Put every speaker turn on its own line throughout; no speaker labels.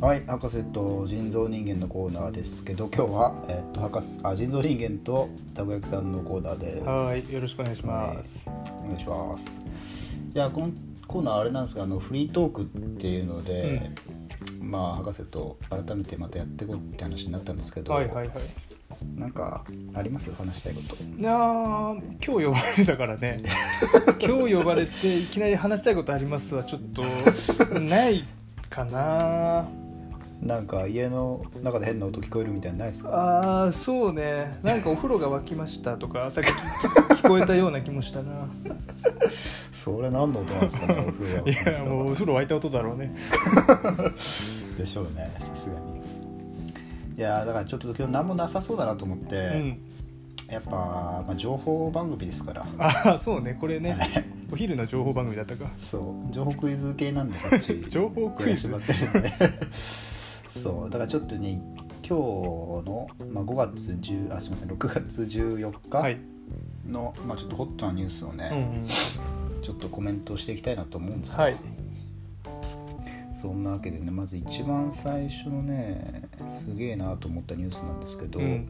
はい博士と人造人間のコーナーですけど今日は、えっと博士あ人造人間とたこ焼きさんのコーナーです
はい、よろしくお願いします。
お願いしますじゃあこのコーナーあれなんですがあのフリートークっていうので、まあ博士と改めてまたやっていこうって話になったんですけど、
はいはいはい。
なんかあります話したいこと
いやー今日呼ばれたからね。 今日呼ばれていきなり話したいことありますはちょっとないかな。
なんか家の中で変な音聞こえるみたいなのないですか
あーそうね。なんかお風呂が沸きましたと かさっき聞こえたような気もしたな。
それ何の音なんですかねお風呂
い
が
やもうお風呂沸いた音だろうね。
でしょうねさすがにいやーだからちょっと今日何もなさそうだなと思って、
うん。
やっぱ、まあ、情報番組ですから
ああそうねこれね。お昼の情報番組だったか。
そう情報クイズ系なんでこっち
情報クイズ
やらせてもらってるんで そうだからちょっとね今日の、まあ、5月10あすみません6月14日
はい。
の、まあ、ちょっとホットなニュースを
うん
ね、
うん。
ちょっとコメントしていきたいなと思うんですよ
はい。
そんなわけでねまず一番最初のねすげえなと思ったニュースなんですけど、
うん。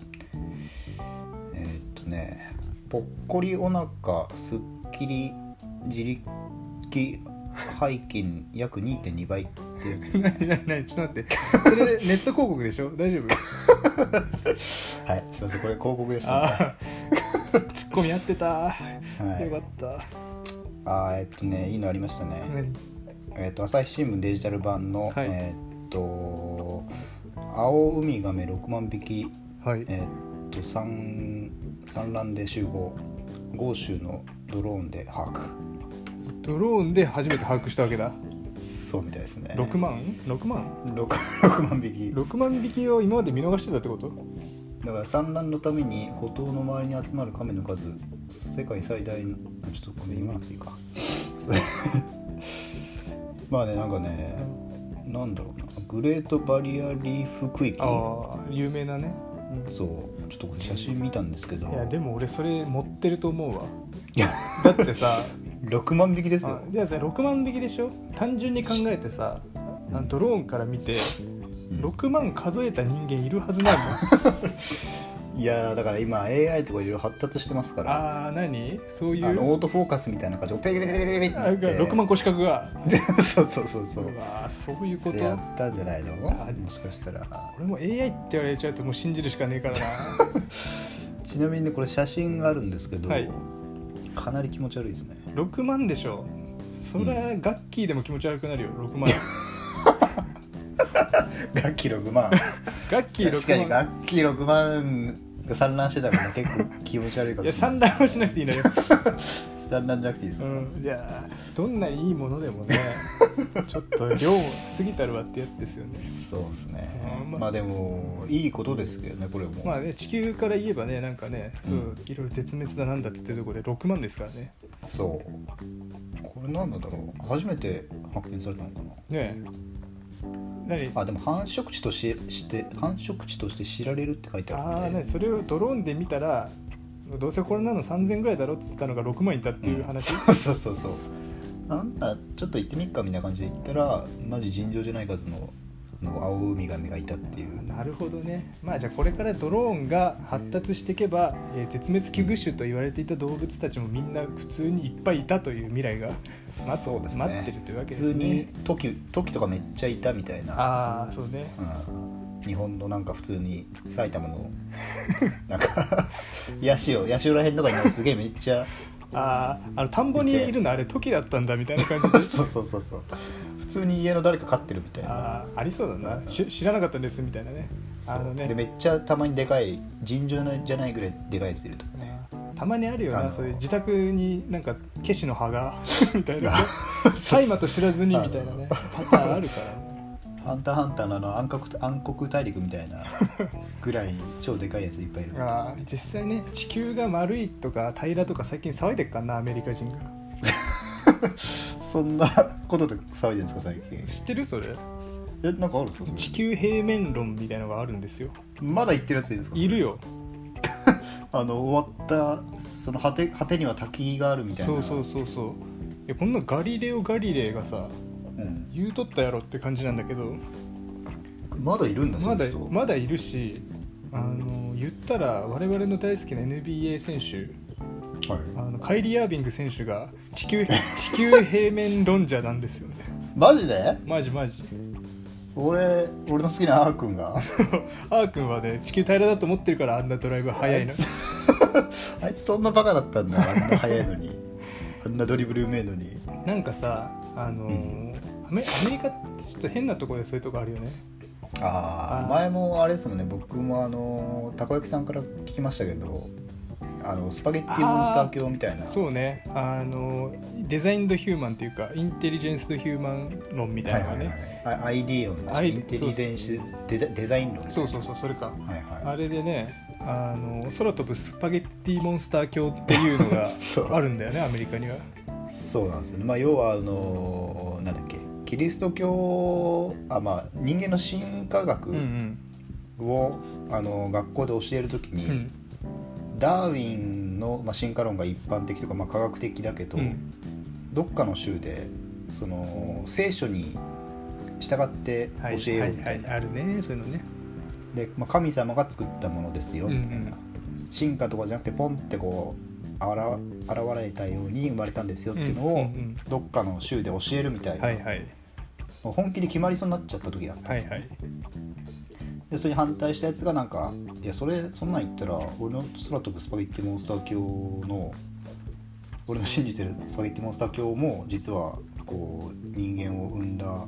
えーっとねぽっこりお腹すっきり自力背筋約2.2倍ってやつ ですね
なになになにちょっと待って。それネット広告でしょ大丈夫
はいすいませんこれ広告でした、ね、
ああ、 ツッコミ合って
は
た。
い
よかった。
あーえーっとねいいのありましたね、
何
えーっと朝日新聞デジタル版の、
はい
えーっと青ウミガメ6万匹
はい。
えーっと産産卵で集合豪州のドローンで把握
ドローンで初めて把握したわけだ。
そうみたいですね
6万 ?6 万
六六万匹
?6 万匹を今まで見逃してたってこと
だから産卵のために孤島の周りに集まる亀の数世界最大のあちょっとこれ言わなくていいか それまあねなんかねなんだろうなグレートバリアリーフ区域
ああ、有名なね。
そうちょっとこれ写真見たんですけど
いや、でも俺それ持ってると思うわ。
いや
だってさ、
6万匹ですよ
あ、いや6万匹でしょ単純に考えてさ、あドローンから見て、
うん
6万数えた人間いるは ずないの。
いやーだから今 AI とかいろいろ発達してますから
ああ、何そうい
あの
う。
オートフォーカスみたいな感じでペリペリペリペリペ
あ
リって
6万個資格が。
個 そうそうそうそう
うわーそういうこ
で
と
やったんじゃないの
あ
もしかしたら
俺も AI って言われちゃうともう信じるしかねえからな
ちなみにねこれ写真があるんですけど、
はい
かなり気持ち悪いですね
6万でしょそりゃガッキーでも気持ち悪くなるよ6万
楽器6万
ガッキー
確かに
6万
楽器6万が産卵してたから、ね、結構気持ち悪いかも
いや
しれない
散乱はしなくていい んだよ、
産卵じゃなくていいです
う
よ、
ん、いやーどんなにいいもの でもねちょっと量も過ぎたるわってやつですよね
そうですね、
うん
ま
ま
あでもいいことですけどねこれも、
まあね地球から言えばねなんかねそう、
うん
いろいろ絶滅だなんだって言ってるところで6万ですからね
そうこれ何なんだろう初めて発見されたのかな
ねえ何
あでも繁殖地としして繁殖地として知られるって書いてあ
あ
る
あ
んで
ねそれをドローンで見たらどうせこれなの3000ぐらいだろって言ってたのが6万いたっていう話、
うん そうそうそうそうなんだちょっと行ってみっかみたいな感じで行ったらマジ尋常じゃない数のあの青ウミガメがいたっていう
なるほどねまあじゃあこれからドローンが発達していけば、えー絶滅危惧種と言われていた動物たちもみんな普通にいっぱいいたという未来がま
そうですね
待ってるというわけ
普
です
通
ね
にトキトキとかめっちゃいたみたいな、
ああそうね
うん、日本のなんか普通に埼玉 のなんか八潮八潮らへんとかにすげえめっ ちゃ
あああの田んぼにいるのあれ時だったんだみたいな感じで
そうそうそうそう普通に家の誰か飼ってるみたいな
ああありそうだなし知らなかったんですみたいなね
そ
あ
う
のね
でめっちゃたまにでかい尋常じゃないぐらいでかいやついるとかね
あーたまにあるよ
あ
な
の
そういう自宅になんかケシの葉が みたい な
あ
大麻と知らずにみたいなねパターンあるからね
ハンターハンターのあの暗黒暗黒大陸みたい なぐらい超でかいやついっぱいいる
あー実際ね地球が丸いとか平らとか最近騒いでっからなアメリカ人が
そんなことで騒いでるんですか最近
知ってるそれ
えなんかあるんですか
地球平面論みたいのがあるんですよ
まだ言ってるやついるんですか
いるよ
あの終わったその果て果てには滝があるみたいな
そうそうそうそういやこんなガリレオ・ガリレイがさ
うん
言うとったやろって感じなんだけど
まだいるんだ
まだ
そういう人
まだいるしあの言ったら我々の大好きな NBA 選手
はい、
あのカイリー・アービング選手が地球 地球平面論者なんですよね
マジで
マジマジ
俺俺の好きなあーくんが
アー君はね地球平らだと思ってるからあんなドライブ速いの
あい あいつそんなバカだったんだあんな速いのにあんなドリブルうめえのに
なんかさあのー
う
アメアメリカってちょっと変なところでそういうとこあるよね
あ
あー
あ前もあれですもんね僕もあのたこ焼きさんから聞きましたけどあのスパゲッティモンスター教みたいな
そうねあのデザインドヒューマンっていうかインテリジェンスドヒューマン論みた
はいい
なの
は
が
い
ね、
はいあ ID 論
アイ
インテリジェンスデザデザイン論
そうそうそうそれか
はいは
あれでねあの空飛ぶスパゲッティモンスター教っていうのが
そう
あるんだよねアメリカには。
いそうなんですよねまあ要はあのなんだっけキリスト教あまあ人間の神科学
うんうん
を、あの学校で教えるとき
う
に、
ん
ダーウィンの、まあ、進化論が一般的とか、まあ、科学的だけど、
うん
どっかの州でその聖書に従って
はい
教えようみ
は
た
い
い
はい
な、
あるねそういうのね。
で、まあ、神様が作ったものですよみたいな、
うんうん
進化とかじゃなくてポンってこうあら現れたように生まれたんですよっていうのを、
うんうんうん
どっかの州で教えるみたいな、
はいはい
もう本気で決まりそうになっちゃった時だったん
は
です
い
よ
はい。
でそれに反対したやつがなんか「いやそれそんなん言ったら俺の空飛ぶスパゲッティモンスター教の俺の信じてるスパゲッティモンスター教も実はこう人間を生んだ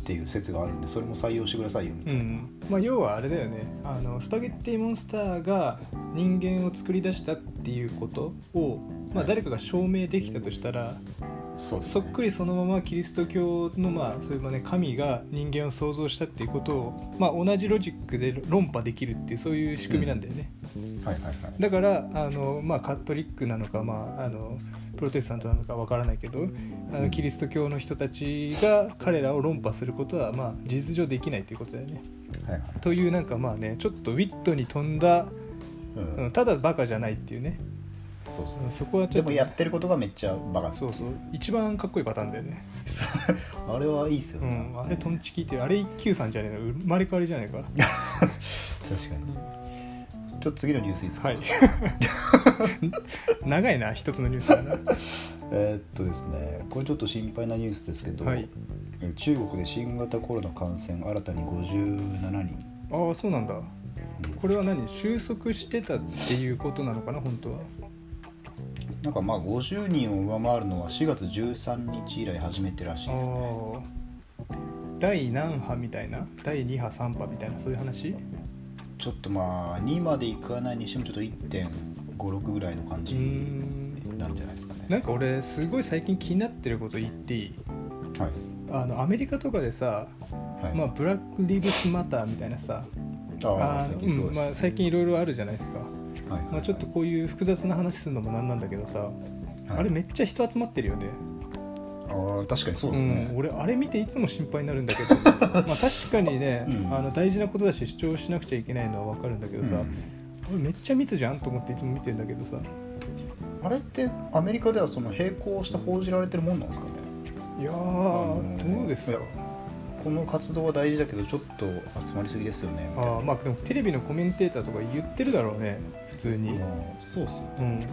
っていう説があるんでそれも採用してくださいよ」み
う
たいな、
んまあ、要はあれだよねあのスパゲッティモンスターが人間を作り出したっていうことを、まあ、誰かが証明できたとしたら
そうです
そ
ね
っくりそのままキリスト教の、まあ、そういうまあね神が人間を創造したっていうことを、まあ、同じロジックで論破できるっていうそういう仕組みなんだよね、
はいはいはい
だからあの、まあ、カトリックなのか、まあ、あのプロテスタントなのかわからないけどあのキリスト教の人たちが彼らを論破することは、まあ、事実上できないということだよね。
はいはい
というなんかまあねちょっとウィットに富んだ、
うん
うんただバカじゃないっていうね
そうです
う
ね
んそこはち
で
ょっ
も
とね、
やってることがめっちゃバカです
そうそう一番かっこいいパターンだよね、
あれはいいっすよ
う
ね、
ん、あれトンチキっていうあれ一休さんじゃねえの生まれ変わりじゃないか
確かにちょっと次のニュースいいですか、
はい長いな一つのニュース だな
えーっとですねこれちょっと心配なニュースですけど、
はい
中国で新型コロナ感染新たに57人
ああそうなんだこれは何収束してたっていうことなのかな本当は
なんかまあ50人を上回るのは4月13日以来初めてらしい
ああ
ですね
ー第何波みたいな第2波3波みたいなそういう話
ちょっとまあ2までいかないにしてもちょっと1.56ぐらいの感
うー
じに
ん
なるんじゃないですかね
なんか俺すごい最近気になってること言っていい
はい
あのアメリカとかでさ、
はい、
まあ、ブラック・リブス・マターみたいなさ
あー
あ
最
ー
近そう
うん
です、
まあ最近いろいろあるじゃないですか、
はい
まあ、ちょっとこういう複雑な話するのもなんなんだけどさ、
はい
あれめっちゃ人集まってるよね
あー確かにそうですね、
ん、俺あれ見ていつも心配になるんだけど まあ確かにね、
うん
あの大事なことだし主張しなくちゃいけないのは分かるんだけどさ、
うん
俺めっちゃ密じゃんと思っていつも見てんだけどさ
あれってアメリカではその並行して報じられてるもんなんですかね
いやー、
のー
どうですか
いやこの活動は大事だけどちょっと集まりすぎですよねみたいな
あーまあでもテレビのコメンテーターとか言ってるだろうね普通に、
まあそうっすよね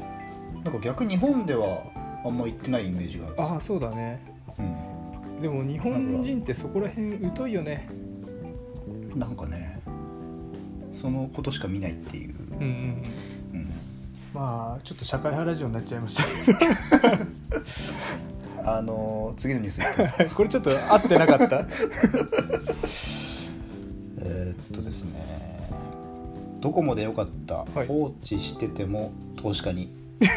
うん、
なんか逆に日本ではあんま行ってないイメージがある
あ
ん
あ
です
そうだね
よ
でも日本人ってそこら辺疎いよね
うん、なんかねそのことしか見ないっていう、
うんうんうん
うん、
まあちょっと社会派ラジオになっちゃいました け
あのー次のニュースいって ます
ど これちょっと合ってなかった
えーっとですねドコモでよかった、
はい
放置してても投資家に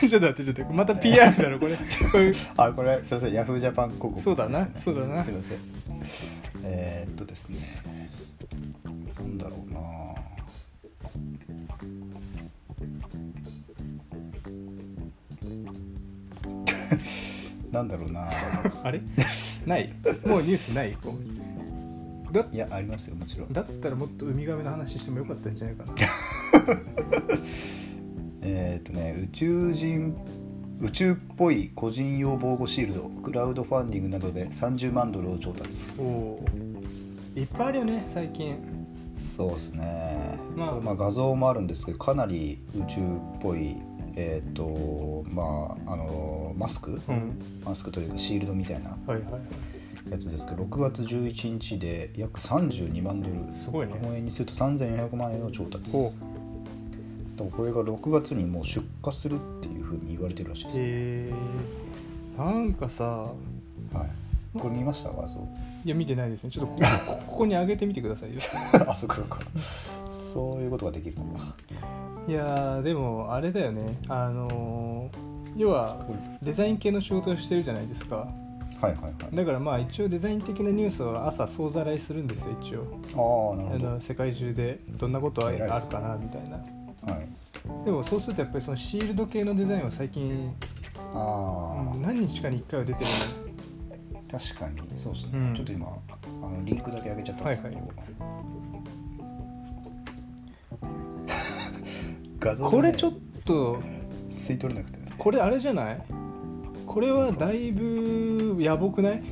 ちょっと待ってちょっと待ってまた PR だろこれこれ
あこれすいませんヤフージャパン広告です、
そうだなそうだな
すいませんえーっとですねなんだろうな なんだろうな
あれないもうニュースないこうだ
いやありますよもちろん
だったらもっとウミガメの話してもよかったんじゃないかな
えーっとね宇宙人宇宙っぽい個人用防護シールドクラウドファンディングなどで30万ドルを調達
おおいっぱいあるよね最近
そうですね、
まあ
まあ、画像もあるんですけどかなり宇宙っぽいえっ、とまああのマスク
うん
マスクというかシールドみたいな
はいはいはい
やつですけど6月11日で約32万ドル
すごいね
日本円にすると3400万円を調達
ほ
でもこれが6月にもう出荷するっていうふうに言われてるらしいです、
えー、なんかさ
はい、これ見ました 画像
いや見てないですねちょっとここ ここに上げてみてくださいよ
あそこそっかそういうことができるのか
いやーでもあれだよねあのー要はデザイン系の仕事をしてるじゃないですか
はいはいはい
だからまあ一応デザイン的なニュースを朝総ざらいするんですよ一
あ
応
あな
あ
るほど
の世界中でどんなことある
偉いです
かなみたいな
はい
でもそうするとやっぱりそのシールド系のデザインは最近
あ
うん何日かに1回は出てる
あ確かにそうですね、
うん
ちょっと今あのリンクだけ上げちゃったんですけど、
はい
画像
の
が
こ
ね
れちょっと
吸い取れなくてね
これあれじゃないこれはだいぶやぼくない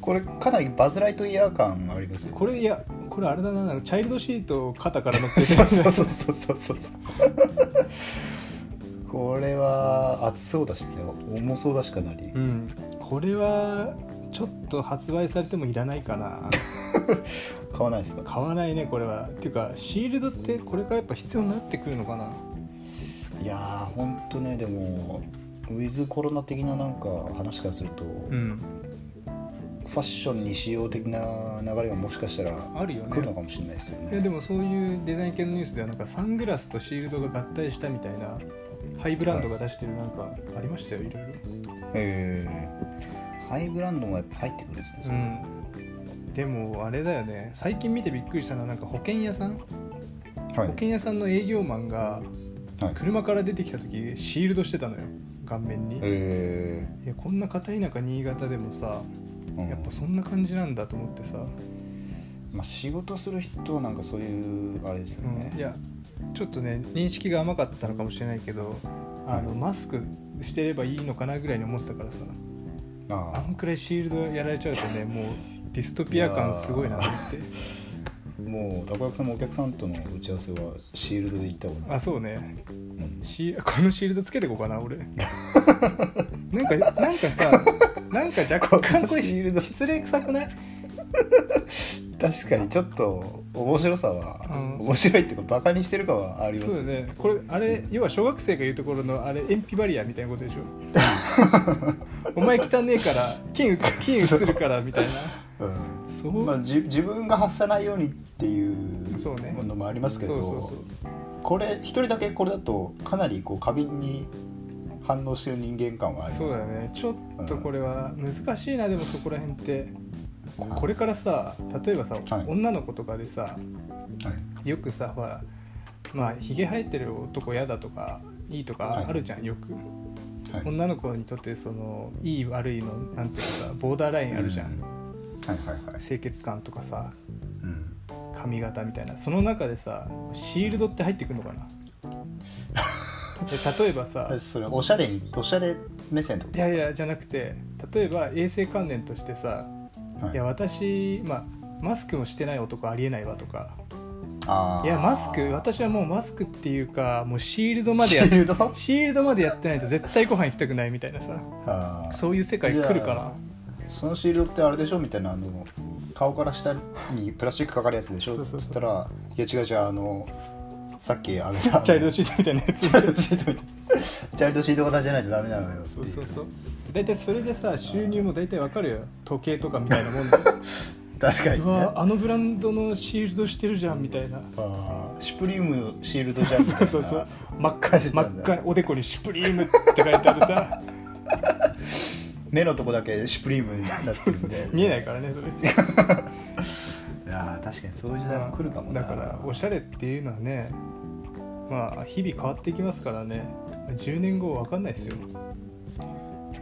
これかなりバズ・ライトイヤー感ありますよ
これいやこれあれだなあのチャイルドシートを肩から乗っけ て
そうそうそうそうそうそう これは熱そうだしね重そうだしかなり、
うんこれはちょっと発売されてもいらないかな
買わないですか
買わないねこれはっていうかシールドってこれからやっぱ必要になってくるのかない
やーほんとねでもウィズコロナ的ななんか話からすると、
うん
ファッションに使用的な流れがもしかしたら
あるよね
来るのかもしれないですよね
いやでもそういうデザイン系のニュースではなんかサングラスとシールドが合体したみたいなハイブランドが出してるなんかありましたよいろいろ、
えーハイブランドもやっぱ入ってくるんですね、
うん、でもあれだよね最近見てびっくりしたのはなんか保険屋さん保
はい
険屋さんの営業マンが
はい
車から出てきた時シールドしてたのよ顔面に、
え
いやこんな片田舎新潟でもさ
ーうん
やっぱそんな感じなんだと思ってさ、
まあ、仕事する人はなんかそういうあれですよね、
いやちょっとね認識が甘かったのかもしれないけどあの、
はい
マスクしてればいいのかなぐらいに思ってたからさあ
あ
んくらいシールドやられちゃうとねもうディストピア感すごいなと思って
あもうたこ焼きさんもお客さんとの打ち合わせはシールドで行った方がい
あそうね
い、うん
シーこのシールドつけてこうか な俺なんかなんかさなんか若干これ
このシールド
失礼臭くない
確かにちょっと面白さは、
うん
面白いっていうかバカにしてるかはありま
そう
す
だねこれあれ要は小学生が言うところのあれ鉛筆バリアみたいなことでしょ お前汚ねえから金金映るからみたいな
うん
そう、
まあ、じ自分が発さないようにっていう
そうね
のもありますけ
そ
ど、
うそうそう
これ一人だけこれだとかなりこう過敏に反応してる人間感はあり
そう
ます
だよねちょっとこれは難しいなでもそこら辺ってここれからさ例えばさ、
はい
女の子とかでさ
はい
よくさほらまあひげ生えてる男嫌だとかいいとかあるじゃん、よく
はい
女の子にとってそのいい悪いのなんていうかさボーダーラインあるじゃん、
うはいはいはい、
清潔感とかさ
うん、
髪型みたいなその中でさシールドって入ってくるのか なで例えばさ
えそれおしゃれにおしゃれ目線ってこ
い
と
や
か
いやじゃなくて例えば衛生観念としてさ
はい
や私、まあ、マスクもしてない男ありえないわとか
あー
いやマスク私はもうマスクっていうかもうシールドまでや っ
シールド
シールドまでやってないと絶対ご飯行きたくないみたいなさ
あー
そういう世界来るか
そのシールドってあれでしょみたいなあの顔から下にプラスチックかかるやつでしょ
そうそう
つ
そう
ったら「いや違う違うあのさっきあげた
なチャイルド
シ
シートみたいなやつ
ールドシートみたいな チャイルドシート型じゃないとダメなのよってい
そうそうそう大体それでさ収入も大体わかるよ時計とかみたいなもん で
確かに
う
ね
わあのブランドのシールドしてるじゃんみたいな
あーシュプリームのシールドじゃんみたい
そう
な
そうそう真っ赤
マジ
真
な
っ
んだ
赤におでこに「シュプリーム」って書いてあるさ
目のとこだけシュプリームになってるんで
見えないからねそれ
いやー確かにそういう時代も来るかもな
だからおしゃれっていうのはねまあ日々変わってきますからね10年後わかんないですよ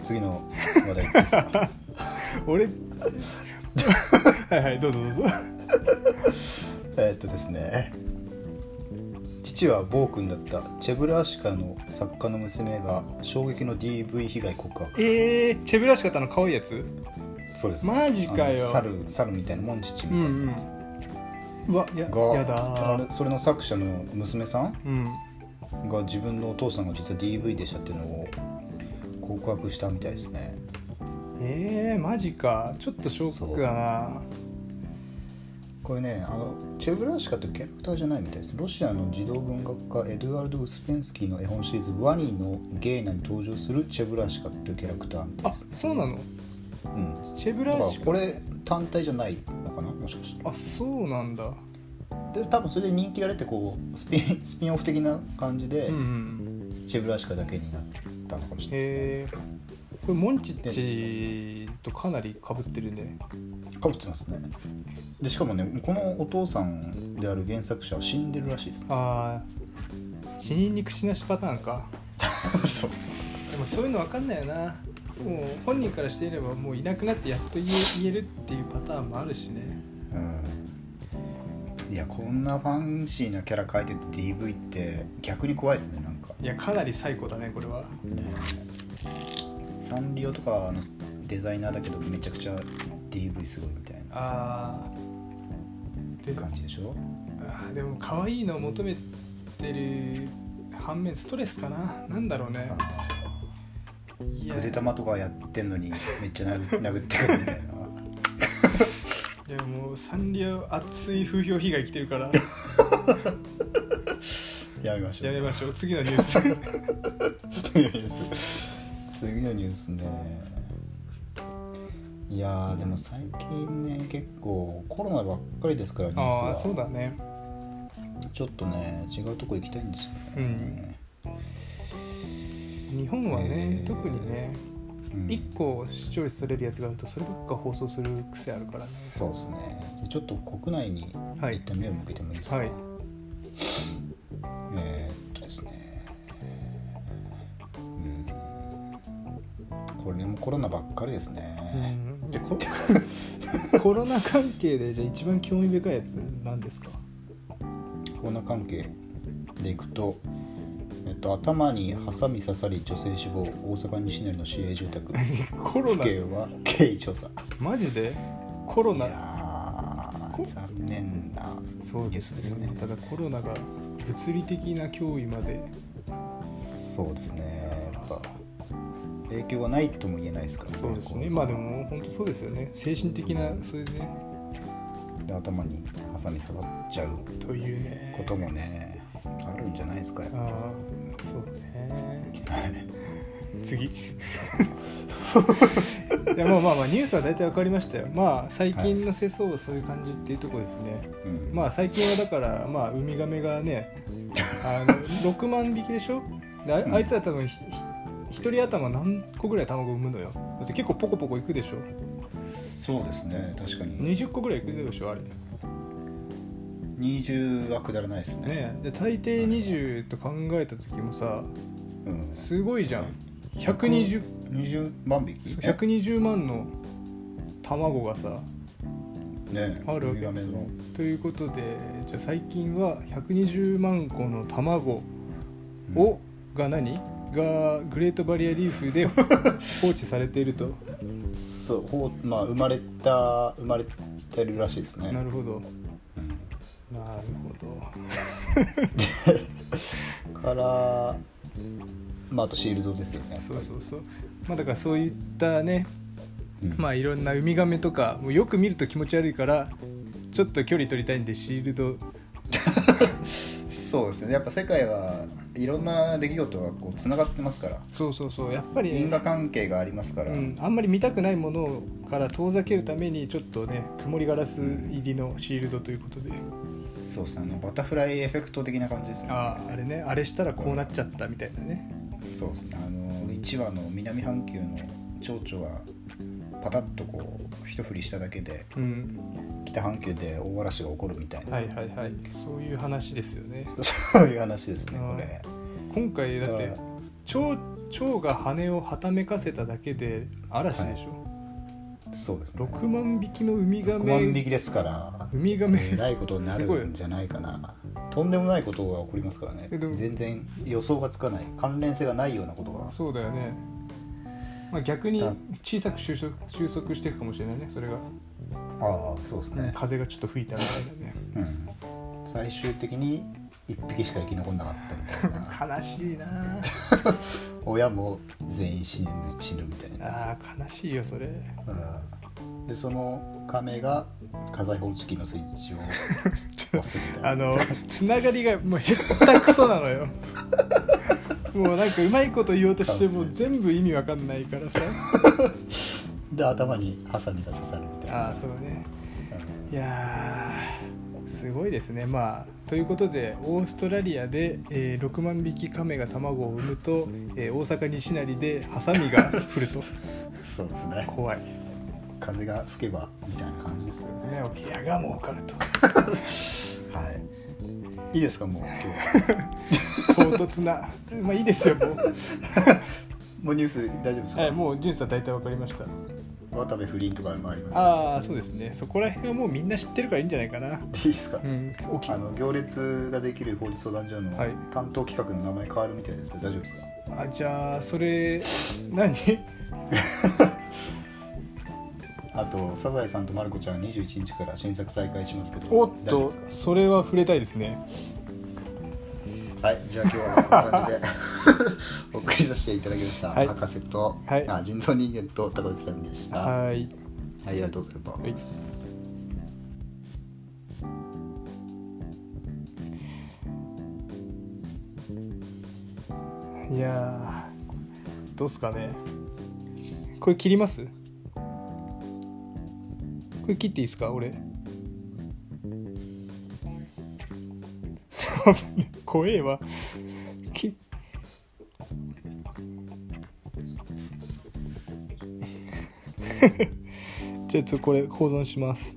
次の話題いっていいですか
俺はいはいどうぞどうぞ
えーっとですね父は暴君だったチェブラーシカの作家の娘が衝撃の DV 被害告白
えー、チェブラシカタの可愛いやつ
そうです
マジかよ
あの猿猿みたいなモンチッチみたいなやつ
うわや
が、
やだ
あ
ー
れそれの作者の娘さん
うん
が自分のお父さんが実は DV でしたっていうのを告白したみたいですね
えー、マジかちょっとショックだな
これねあのチェブラシカというキャラクターじゃないみたいですロシアの児童文学家エドゥアルド・ウスペンスキーの絵本シリーズ「ワニのゲーナ」に登場するチェブラシカというキャラクターみたい
あ
です、
そうなの
うん、
チェブ
だ
ラ
から
シ
こ
カ
れ単体じゃないのかなもしかして
あそうなんだ
で多分それで人気が出てこうスピン スピンオフ的な感じで、
うんうん
チェブラシカだけになったのかもしれないで
へえこれモンチッチとかなりかぶってるね
すねかぶってますねでしかもねこのお父さんである原作者は死んでるらしい です
あー死人に口なしパターンか
そう
でもそういうの分かんないよなもう本人からしていればもういなくなってやっと言え言えるっていうパターンもあるしね
うんいやこんなファンシーなキャラ描いてて DV って逆に怖いですねなんか
いやかなり最高だねこれは
ねサンリオとかのデザイナーだけどめちゃくちゃ DV すごいみたいな
あーで
感じでしょ
あーでも可愛いのを求めてる反面ストレスかななんだろうね
あ
いや
筆玉とかやってんのにめっちゃ殴 殴ってくるみたいな
でももうサンリオ熱い風評被害来てるから
やめましょ
や
う
めましょう次のニ ュース
次のニュース次のニュースねいやーでも最近ね結構コロナばっかりですからニュース
あ
は
あそうだね
ちょっとね違うとこ行きたいんですよね、
日本はね、
えー
特にね
うん
1個視聴率取れるやつがあるとそればっか放送する癖あるからね
そうですねでちょっと国内に
は
一
い
旦目を向けてもいいですか、
はい
えーっとですねうんこれもコロナばっかりですね、
でこコロナ関係でじゃあ一番興味深いやつなんですか
コロナ関係でいくと、えっと、頭にハサミ刺さり女性死亡大阪西成の市営住宅
コロ
府
ナ
警は経緯調査
マジでコロ
い
ナ
やー残念な
そう
ニュ
で
ー
す
スです
ね
ね
ただコロナが物理的な脅威まで
そうですねやっぱ影響がないとも言えないですから
そうですね
こ
まあでも本当そうですよね精神的なそれでね
で頭にハサミ刺さっちゃう
というね
こともねあるんじゃないですかやっぱ
ああそうね
はい
次 いやまあまあまあニュースは大体わかりましたよまあ最近の世相はそういう感じっていうところですね、
うん
まあ最近はだからまあウミガメがねあ の6万匹でしょでああいつは多分ひひ一人頭何個ぐらい卵産むのよだって結構ポコポコいくでしょ
そうですね確かに
20個ぐらいいくでしょあれね
20はくだらないですね
で大抵20と考えた時もさ
うん
すごいじゃん120
20万匹
そう120万の卵がさ
ね
あるわけ
ウミガメの
ということでじゃあ最近は120万個の卵
うん
を、が何がグレートバリアリー フで放置されていると、
そうほうまあ生まれた生まれてるらしいですね
なるほど
うん
なるほど
からまああとシールドですよね
そうそうそうまあだからそういったね
うん
まあいろんなウミガメとかもうよく見ると気持ち悪いからちょっと距離取りたいんでシールド
そうですねやっぱ世界はいろんな出来事がこうつながってますから
そうそうそうやっぱりね
因果関係がありますから、
うん、あんまり見たくないものから遠ざけるためにちょっとね曇りガラス入りのシールドということで、
そうですねあのバタフライエフェクト的な感じですね
あああれねあれしたらこうなっちゃったみたいなね
そうですねあの1話の南半球の蝶々がパタッとこう一振りしただけで
うん
北半球で大嵐が起こるみたいな、
はいはいはいそういう話ですよね
そういう話ですねこれ
今回だっ
だ
て
から
蝶蝶が羽をはためかせただけで嵐でしょ、
そうですね
6万匹のウミガ
5万
メ
匹ですから
ウミガメ
えらいことにな
すごい
るんじゃないかなとんでもないことが起こりますからね
えでも
全然予想がつかない関連性がないようなことが
そうだよねまあ、逆に
だ
小さく収束収束していくかもしれないねそれが、
ああそうですね、
風がちょっと吹いたみたいなね
うん、最終的に1匹しか生き残んなかったみたい な
悲しいな
親も全員死ぬ死ぬみたいな
あー悲しいよそれ
うんでその亀が火災報知器のスイッ チを押すみたいな
あのつながりがもう下手くそなのよ もうなんかうまいこと言おうとしてもう全部意味わかんないからさ
で頭にハサミが刺さるみたいな
ああそうね
うん
いやーすごいですねまあということでオーストラリアで、えー6万匹カメが卵を産むと、えー大阪西成でハサミが降ると
そうですね
怖い
風が吹けばみたいな感じですよ
ですね桶屋が儲かると
はいいいですかもう今日 は
唐突なまあいいですよも う、
もうニュース大丈夫ですか、
はい、もうジュンさん大体わかりました
渡部不倫とかもあります
ああそうですねそこら辺はもうみんな知ってるからいいんじゃないかない
いですか、
うん大きい
あの行列ができる法律相談所の
はい
担当企画の名前変わるみたいですけど大丈夫ですか
あじゃあそれ何
あと「サザエさんとまる子ちゃん」21日から新作再開しますけど
おっ
大丈夫
と
ですか
それは触れたいですね
はい、じゃあ今日はこんな感じで お送りさせていただきました、
はい
博士と、
はい
あ人造人間と高木さんでした、はい、
はい
ありがとうございます、
はいいやーどうっすかねこれ切りますこれ切っていいですか俺 怖えわきじゃあちょっとこれ保存します